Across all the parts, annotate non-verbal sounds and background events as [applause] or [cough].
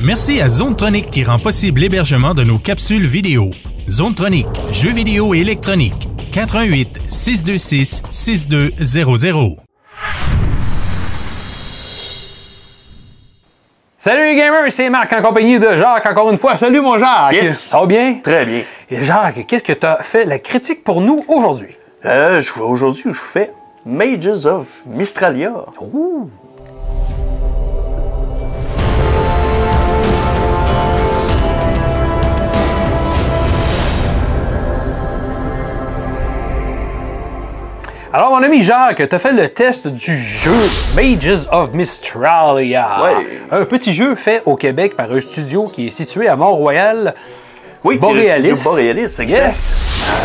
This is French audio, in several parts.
Merci à Zone Tronic qui rend possible l'hébergement de nos capsules vidéo. Zone Tronic, jeux vidéo et électronique. 88 626 6200. Salut les gamers, c'est Marc en compagnie de Jacques encore une fois. Salut mon Jacques! Yes. Ça va bien? Très bien. Et Jacques, qu'est-ce que tu as fait la critique pour nous aujourd'hui? Euh, je vous- Aujourd'hui, je vous fais Mages of Mistralia. Oh. Alors mon ami Jacques, tu as fait le test du jeu Mages of Mistralia. Ouais. Un petit jeu fait au Québec par un studio qui est situé à Mont-Royal. Oui, qui est le Borealis. studio Borealis, exact. Yes!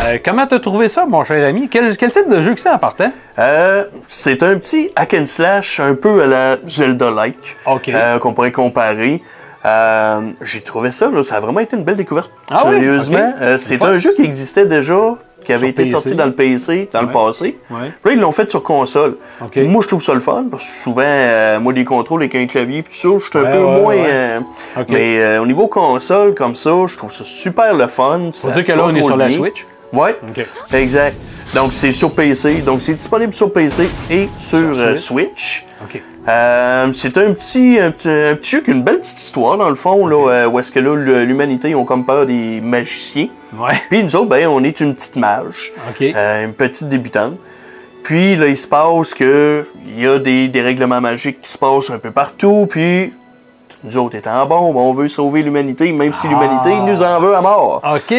Euh, comment t'as trouvé ça, mon cher ami? Quel, quel type de jeu que c'est en partant? Euh, c'est un petit hack and slash un peu à la Zelda-like Ok. euh, qu'on pourrait comparer. Euh, J'ai trouvé ça, là, ça a vraiment été une belle découverte. Ah oui? Sérieusement, Ok. Euh, c'est Fun. un jeu qui existait déjà, qui avait Sur été PC. sorti dans le PC, dans le passé. Ouais. Puis là, ils l'ont fait sur console. Ok. Moi, je trouve ça le fun, parce que souvent, euh, moi, les contrôles avec un clavier, puis tout ça, je suis un Ouais, peu ouais, moins. ouais. euh, Ok. Mais euh, au niveau console, comme ça, je trouve ça super le fun. Faut Ça dire se que là, on est contrôle sur la bien. Switch. Ouais. OK. Exact. Donc, c'est sur PC. Donc, c'est disponible sur PC et sur, euh, Switch. OK. Euh, c'est un petit, un, petit- un petit jeu qui a une belle petite histoire, dans le fond, là, euh, où est-ce que là, le- l'humanité ont comme peur des magiciens. Ouais. Puis nous autres, ben, on est une petite mage, OK. Euh, une petite débutante. Puis là, il se passe que il y a des, des règlements magiques qui se passent un peu partout. Puis nous autres, étant bon, ben, on veut sauver l'humanité, même Ah. si l'humanité nous en veut à mort. OK,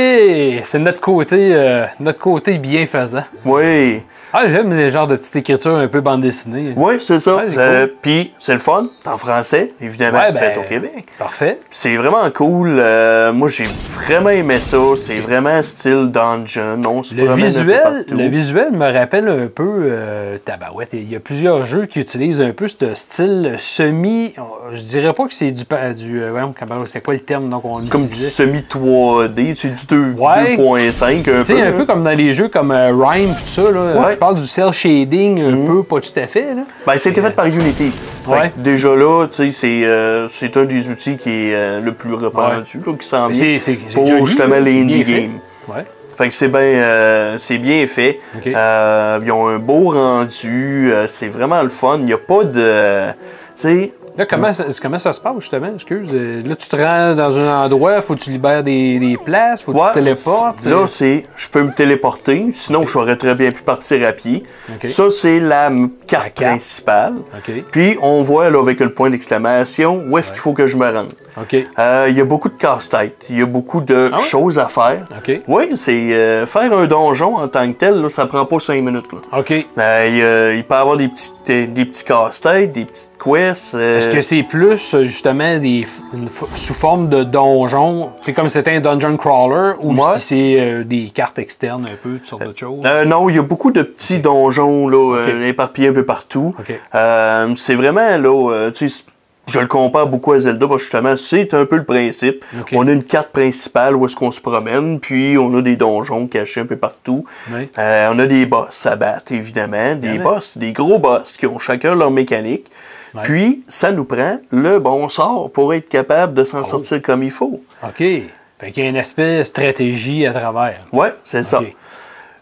c'est notre côté, euh, notre côté bienfaisant. Oui. Ah, j'aime les genres de petites écritures un peu bande dessinée. Oui, c'est ça. Ouais, c'est Euh, cool. Puis c'est le fun, c'est en français, évidemment, Ouais, ben, fait au Québec. Parfait. C'est vraiment cool. euh, moi, j'ai vraiment aimé ça. C'est vraiment style dungeon. On se Le promène un peu visuel, partout. le visuel me rappelle un peu euh, Tabarouette. Il y a plusieurs jeux qui utilisent un peu ce style semi. Je dirais pas que c'est du. pa- du euh, voyons, comment- c'était quoi le terme donc on C'est comme du utilisait? semi-3D. C'est du deux- Ouais. 2.5 un Tu sais, peu. un peu hein. comme dans les jeux comme euh, Rhyme, tout ça. Là. Ouais. Mm. Je parle du cel shading un peu, pas tout à fait. Là. Ben, c'était fait par Unity. Fait Ouais. que déjà là, tu sais, c'est euh, c'est un des outils qui est euh, le plus répandu, là, qui s'en Mais vient Ben, c'est- c'est- j'ai pour déjà lu, justement là, les c'est indie bien fait. games. Ouais. Fait que c'est bien, euh, c'est bien fait. Ok. Euh, ils ont un beau rendu. euh, c'est vraiment le fun. Il n'y a pas de. Tu sais. Là, comment, ça, comment ça se passe, justement? Excuse. euh, Là, tu te rends dans un endroit, faut que tu libères des, des places, faut que ouais, tu te téléportes. euh. Là, c'est. Je peux me téléporter. Sinon, j'aurais très bien pu partir à pied. Ok. Ça, c'est la m- carte, La carte. principale. Ok. Puis, on voit là, avec le point d'exclamation où est-ce qu'il faut que je me rende. OK. Euh, Il y a beaucoup de casse-tête. Il y a beaucoup de Ah ouais? choses à faire. Ok. Oui, c'est. euh, faire un donjon en tant que tel, là, ça prend pas cinq minutes. Là. OK. Euh, il, y a- il peut y avoir des petits, des, des petits casse-têtes, des petites quests. euh, Est-ce que c'est plus, euh, justement, des, f- une f- sous forme de donjon? C'est comme si c'était un dungeon crawler ou Ouais. si c'est euh, des cartes externes, un peu, toutes sortes de choses? Euh, non, il y a beaucoup de petits donjons là, Ok. euh, éparpillés un peu partout. Ok. Euh, c'est vraiment, là, euh, tu sais, je le compare beaucoup à Zelda, parce que justement, c'est un peu le principe. Ok. On a une carte principale où est-ce qu'on se promène, puis on a des donjons cachés un peu partout. Ouais. Euh, on a des boss à battre, évidemment, des Ouais. boss, des gros boss qui ont chacun leur mécanique. Ouais. Puis, ça nous prend le bon sort pour être capable de Oh. s'en sortir comme il faut. OK. Fait qu'il y a un aspect stratégie à travers. Ouais, c'est ça. Ok.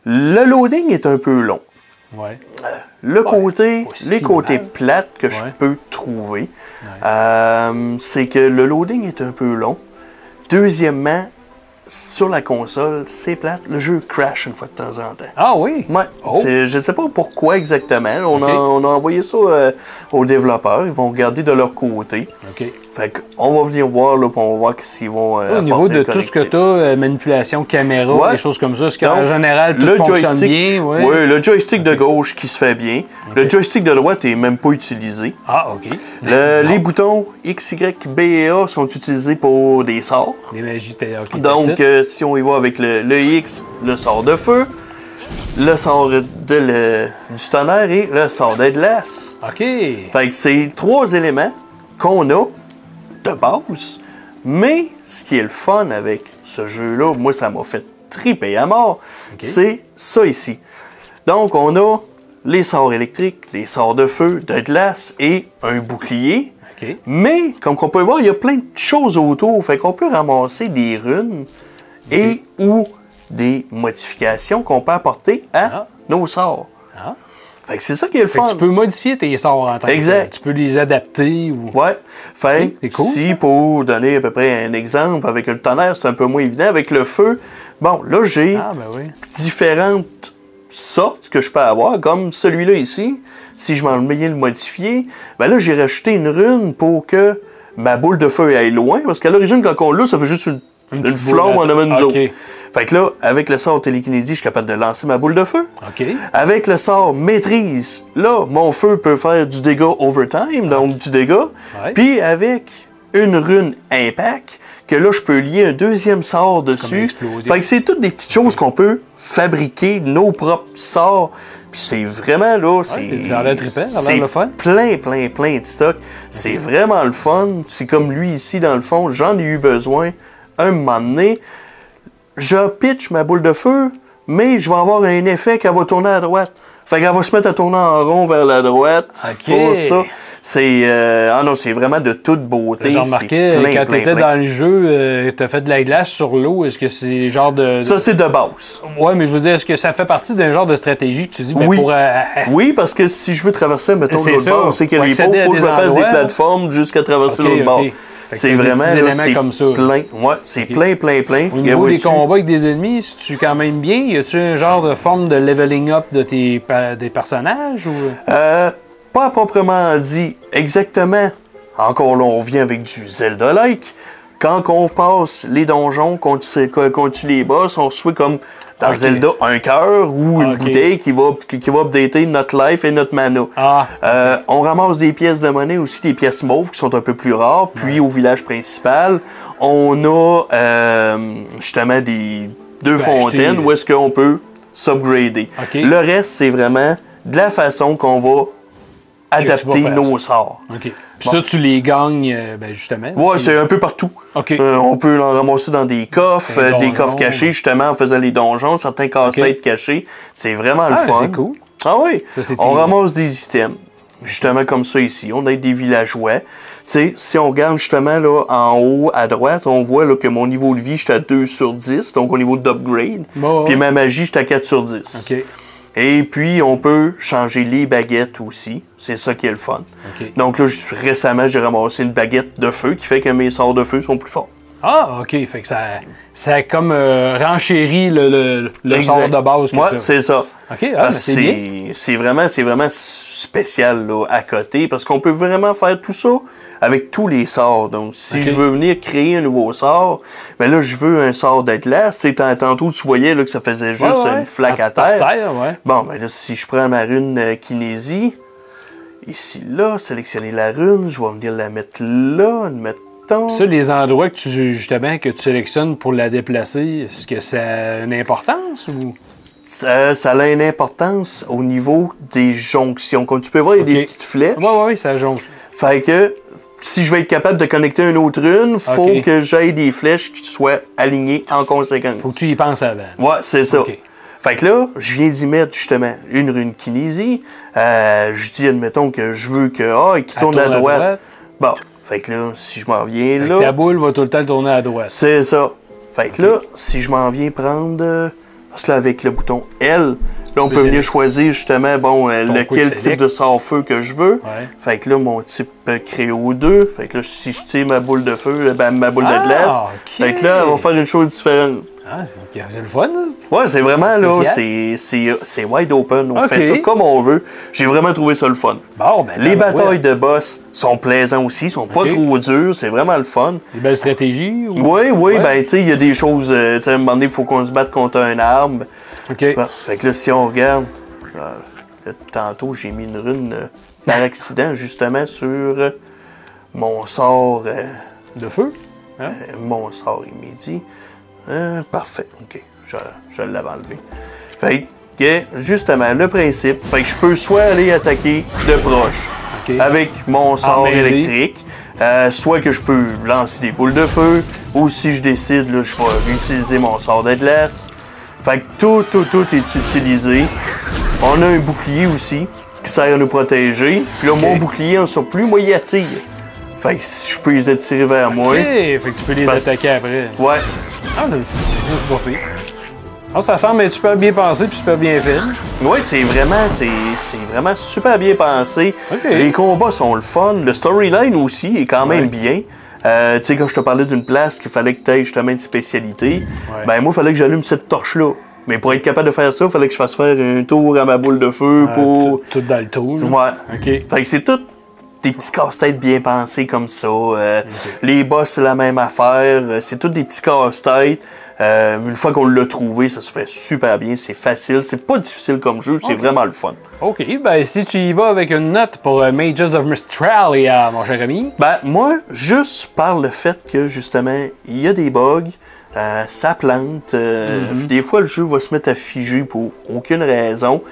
Le loading est un peu long. Ouais. Le côté, pas si les côtés mal. plates que je Ouais. peux trouver, euh, c'est que le loading est un peu long. Deuxièmement, sur la console, c'est plate. Le jeu crash une fois de temps en temps. Ah oui? Ouais. Oh. C'est- Je ne sais pas pourquoi exactement. On, a, Ok. on a envoyé ça euh, aux développeurs. Ils vont regarder de leur côté. OK. Fait qu'on va venir voir, là, puis on va voir s'ils vont. euh, Au niveau apporter de le tout ce que correctif. tu as, manipulation, caméra, Ouais. des choses comme ça, ce Donc, qu'en général, tout fonctionne joystick- bien. Ouais. oui, le joystick de gauche qui se fait bien. Le joystick de droite est même pas utilisé. Ah, OK. [laughs] Le- les boutons X, Y, B et A sont utilisés pour des sorts. Des magies, t'es- ok, Donc, petite. euh, si on y va avec le, le X, le sort de feu, le sort de le- du tonnerre et le sort de glace. OK. Fait que c'est trois éléments qu'on a de base. Mais ce qui est le fun avec ce jeu-là, moi ça m'a fait triper à mort, c'est ça ici. Donc on a les sorts électriques, les sorts de feu, de glace et un bouclier. OK. Mais, comme on peut voir, il y a plein de choses autour. Fait qu'on peut ramasser des runes et ou des modifications qu'on peut apporter à Ah. nos sorts. Ah. Fait que c'est ça qui est le Fait que fun. tu peux modifier tes sorts en tant que Exact. tel. Tu peux les adapter ou. Ouais. Fait C'est que cool, si, pour donner à peu près un exemple, avec le tonnerre, c'est un peu moins évident. Avec le feu, bon, là, j'ai Ah, ben oui. différentes sortes que je peux avoir, comme celui-là ici. Si je m'en vais le modifier, ben là, j'ai rajouté une rune pour que ma boule de feu aille loin. Parce qu'à l'origine, quand on l'a, ça fait juste une, une, petite boule flamme à- en avant de nous OK. autres. Fait que là, avec le sort télékinésie, je suis capable de lancer ma boule de feu. OK. Avec le sort maîtrise, là, mon feu peut faire du dégât overtime, donc du dégât. Ouais. Puis avec une rune impact, que là, je peux lier un deuxième sort comme dessus. exploser. Fait que c'est toutes des petites choses qu'on peut fabriquer, nos propres sorts. Puis c'est vraiment, là, c'est... ça a l'air trippant, ça a l'air c'est le fun. plein, plein, plein de stock. C'est vraiment le fun. C'est comme lui ici, dans le fond, j'en ai eu besoin un moment donné. Je pitch ma boule de feu, mais je vais avoir un effet qu'elle va tourner à droite. Fait qu'elle va se mettre à tourner en rond vers la droite. Ok. Pour ça. C'est. euh, ah non, c'est vraiment de toute beauté. J'ai C'est remarqué, euh, plein, quand plein, tu étais plein. dans le jeu, tu as fait de la glace sur l'eau. Est-ce que c'est genre de. Ça, c'est de base. ouais, mais je veux dire, est-ce que ça fait partie d'un genre de stratégie que tu dis, ben, Oui. pour. euh, euh, Oui, parce que si je veux traverser, mettons, C'est l'autre ça. bord, c'est qu'il y a Faut des accéder pots, à faut que des je me fasse des endroits. plateformes jusqu'à traverser Ok, l'autre ok. bord. Fait que C'est t'as des vraiment, petits là, éléments c'est comme ça. plein. Ouais, c'est plein, plein, plein. Au Il y a niveau des vois-tu? combats avec des ennemis, si tu quand même bien, y a-tu un genre de forme de leveling up de tes pa- des personnages ou Euh, pas à proprement dit exactement. Encore là, on revient avec du Zelda-like. Quand on passe les donjons, qu'on tue, qu'on tue les boss, on reçoit comme dans Ok. Ah, Zelda un cœur ou une Ok. bouteille qui va, qui, qui va updater notre life et notre mana. Ah. Euh, on ramasse des pièces de monnaie aussi, des pièces mauves qui sont un peu plus rares. Puis au village principal, on a euh, justement des Tu peux deux fontaines acheter- où est-ce qu'on peut s'upgrader. Ok. Le reste, c'est vraiment de la façon qu'on va adapter faire nos sorts. OK. Puis ça tu les gagnes euh, ben justement. Ouais, c'est un peu partout. OK. Euh, on peut l'en ramasser dans des coffres, Des euh, des donjons. coffres cachés, justement, en faisant les donjons, certains casse-têtes cachés. C'est vraiment le Ah, fun. c'est cool. Ah oui. Ça, c'est on très- ramasse des items. Justement, comme ça ici. On aide des villageois. Tu sais, si on regarde justement là, en haut à droite, on voit là, que mon niveau de vie, j'étais à 2 sur 10, donc au niveau d'upgrade. Bon, ouais. Puis ma magie, j'étais à 4 sur 10. OK. Et puis, on peut changer les baguettes aussi. C'est ça qui est le fun. OK. Donc là, je- récemment, j'ai ramassé une baguette de feu qui fait que mes sorts de feu sont plus forts. Ah, OK, fait que ça ça comme euh, renchérit le, le, le sort de base que Moi, t'as. c'est ça. OK, ah, Parce ben, que c'est bien. c'est c'est vraiment, c'est vraiment spécial là, à côté parce qu'on peut vraiment faire tout ça avec tous les sorts. Donc, si OK. je veux venir créer un nouveau sort, ben là, je veux un sort d'Atlas. C'est tant- tantôt, tu voyais là, que ça faisait juste Ouais, ouais. une flaque à, Par- terre. par terre, ouais. Bon, ben là, si je prends ma rune euh, kinésie, ici, là, sélectionner la rune, je vais venir la mettre là, mettons. Ça, les endroits que tu justement que tu sélectionnes pour la déplacer, est-ce que ça a une importance ou Ça, ça a une importance au niveau des jonctions. Comme tu peux voir, il y a OK. des petites flèches. Ouais ouais, ouais, ça jonque. Fait que si je veux être capable de connecter une autre rune, faut OK. que j'aille des flèches qui soient alignées en conséquence. Faut que tu y penses avant. Ouais, c'est ça. OK. Fait que là, je viens d'y mettre justement une rune kinésie. Euh, je dis, admettons que je veux que. Ah, qui Elle tourne, à tourne à droite. droite. Bon, fait que là, si je m'en viens Fait que là. ta boule va tout le temps tourner à droite. C'est ça. Fait que là, si je m'en viens prendre. euh, parce que là, avec le bouton L, là, on peux peut venir sélectionner. choisir justement bon, euh, Ton quick lequel type select. de sort-feu que je veux. Ouais. Fait que là, mon type euh, Créo 2. Fait que là, si je tire ma boule de feu, euh, ben, ma boule Ah, de glace. ok. Fait que là, on va faire une chose différente. Ah, c'est c'est le fun. hein? Ouais, c'est vraiment là, Spécial. c'est- c'est c'est wide open. On Ok. fait ça comme on veut. J'ai vraiment trouvé ça le fun. Bon, ben, Les tabarouette. batailles de boss sont plaisants aussi, sont pas Ok. trop dures, c'est vraiment le fun. Des belles stratégies. Ou... Oui, oui, Ouais. ben, tu sais, il y a des choses. euh, tu sais, à un moment donné, il faut qu'on se batte contre un arbre. OK. Bon, fait que là, si on regarde. euh, là, tantôt, j'ai mis une rune euh, par accident, justement, sur euh, mon sort. euh, De feu. Hein? mon sort immédiat. Euh, parfait, ok. Je, je l'avais enlevé. Fait que, justement, le principe, fait que je peux soit aller attaquer de proche Ok. avec mon sort mêlée. électrique, euh, soit que je peux lancer des boules de feu, ou si je décide, là, je vais utiliser mon sort d'Atlas. Fait que tout, tout, tout est utilisé. On a un bouclier aussi qui sert à nous protéger. Puis là, mon bouclier en surplus, moi, il attire. Fait que si je peux les attirer vers moi. Ok, fait que tu peux les Parce- attaquer après. Ouais. Ah, c'est- c'est pas pire. Ah, ça semble être super bien pensé puis super bien fait. Euh, Ouais, c'est vraiment, c'est c'est vraiment super bien pensé. Ok. Les combats sont le fun. Le storyline aussi est quand même bien. Euh, tu sais, quand je te parlais d'une place qu'il fallait que tu aies justement une spécialité, Ouais. ben moi, il fallait que j'allume cette torche-là. Mais pour être capable de faire ça, il fallait que je fasse faire un tour à ma boule de feu pour. Tout, tout dans le tour. là. Ouais. Ok. Fait que c'est tout des petits casse-têtes bien pensés comme ça. Euh, Les boss, c'est la même affaire. Euh, C'est tout des petits casse-têtes. Euh, une fois qu'on l'a trouvé, ça se fait super bien. C'est facile. C'est pas difficile comme jeu. C'est vraiment le fun. OK, ben si tu y vas avec une note pour euh, Mages of Mistralia, mon cher ami. Ben, moi, juste par le fait que, justement, il y a des bugs, euh, ça plante. euh, Des fois, le jeu va se mettre à figer pour aucune raison.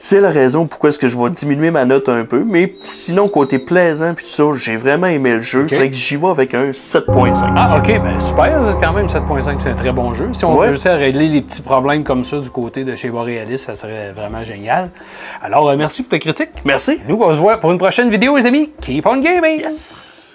C'est la raison pourquoi est-ce que je vais diminuer ma note un peu. Mais sinon, côté plaisant, puis tout ça, j'ai vraiment aimé le jeu. Fait que j'y vais avec un 7.5. Ah, OK, ben super, quand même, 7.5, c'est un très bon jeu. Si on Ouais. réussit à régler les petits problèmes comme ça du côté de chez Borealis, ça serait vraiment génial. Alors, euh, merci pour ta critique. Merci. Nous, on se voit pour une prochaine vidéo, les amis. Keep on gaming! Yes.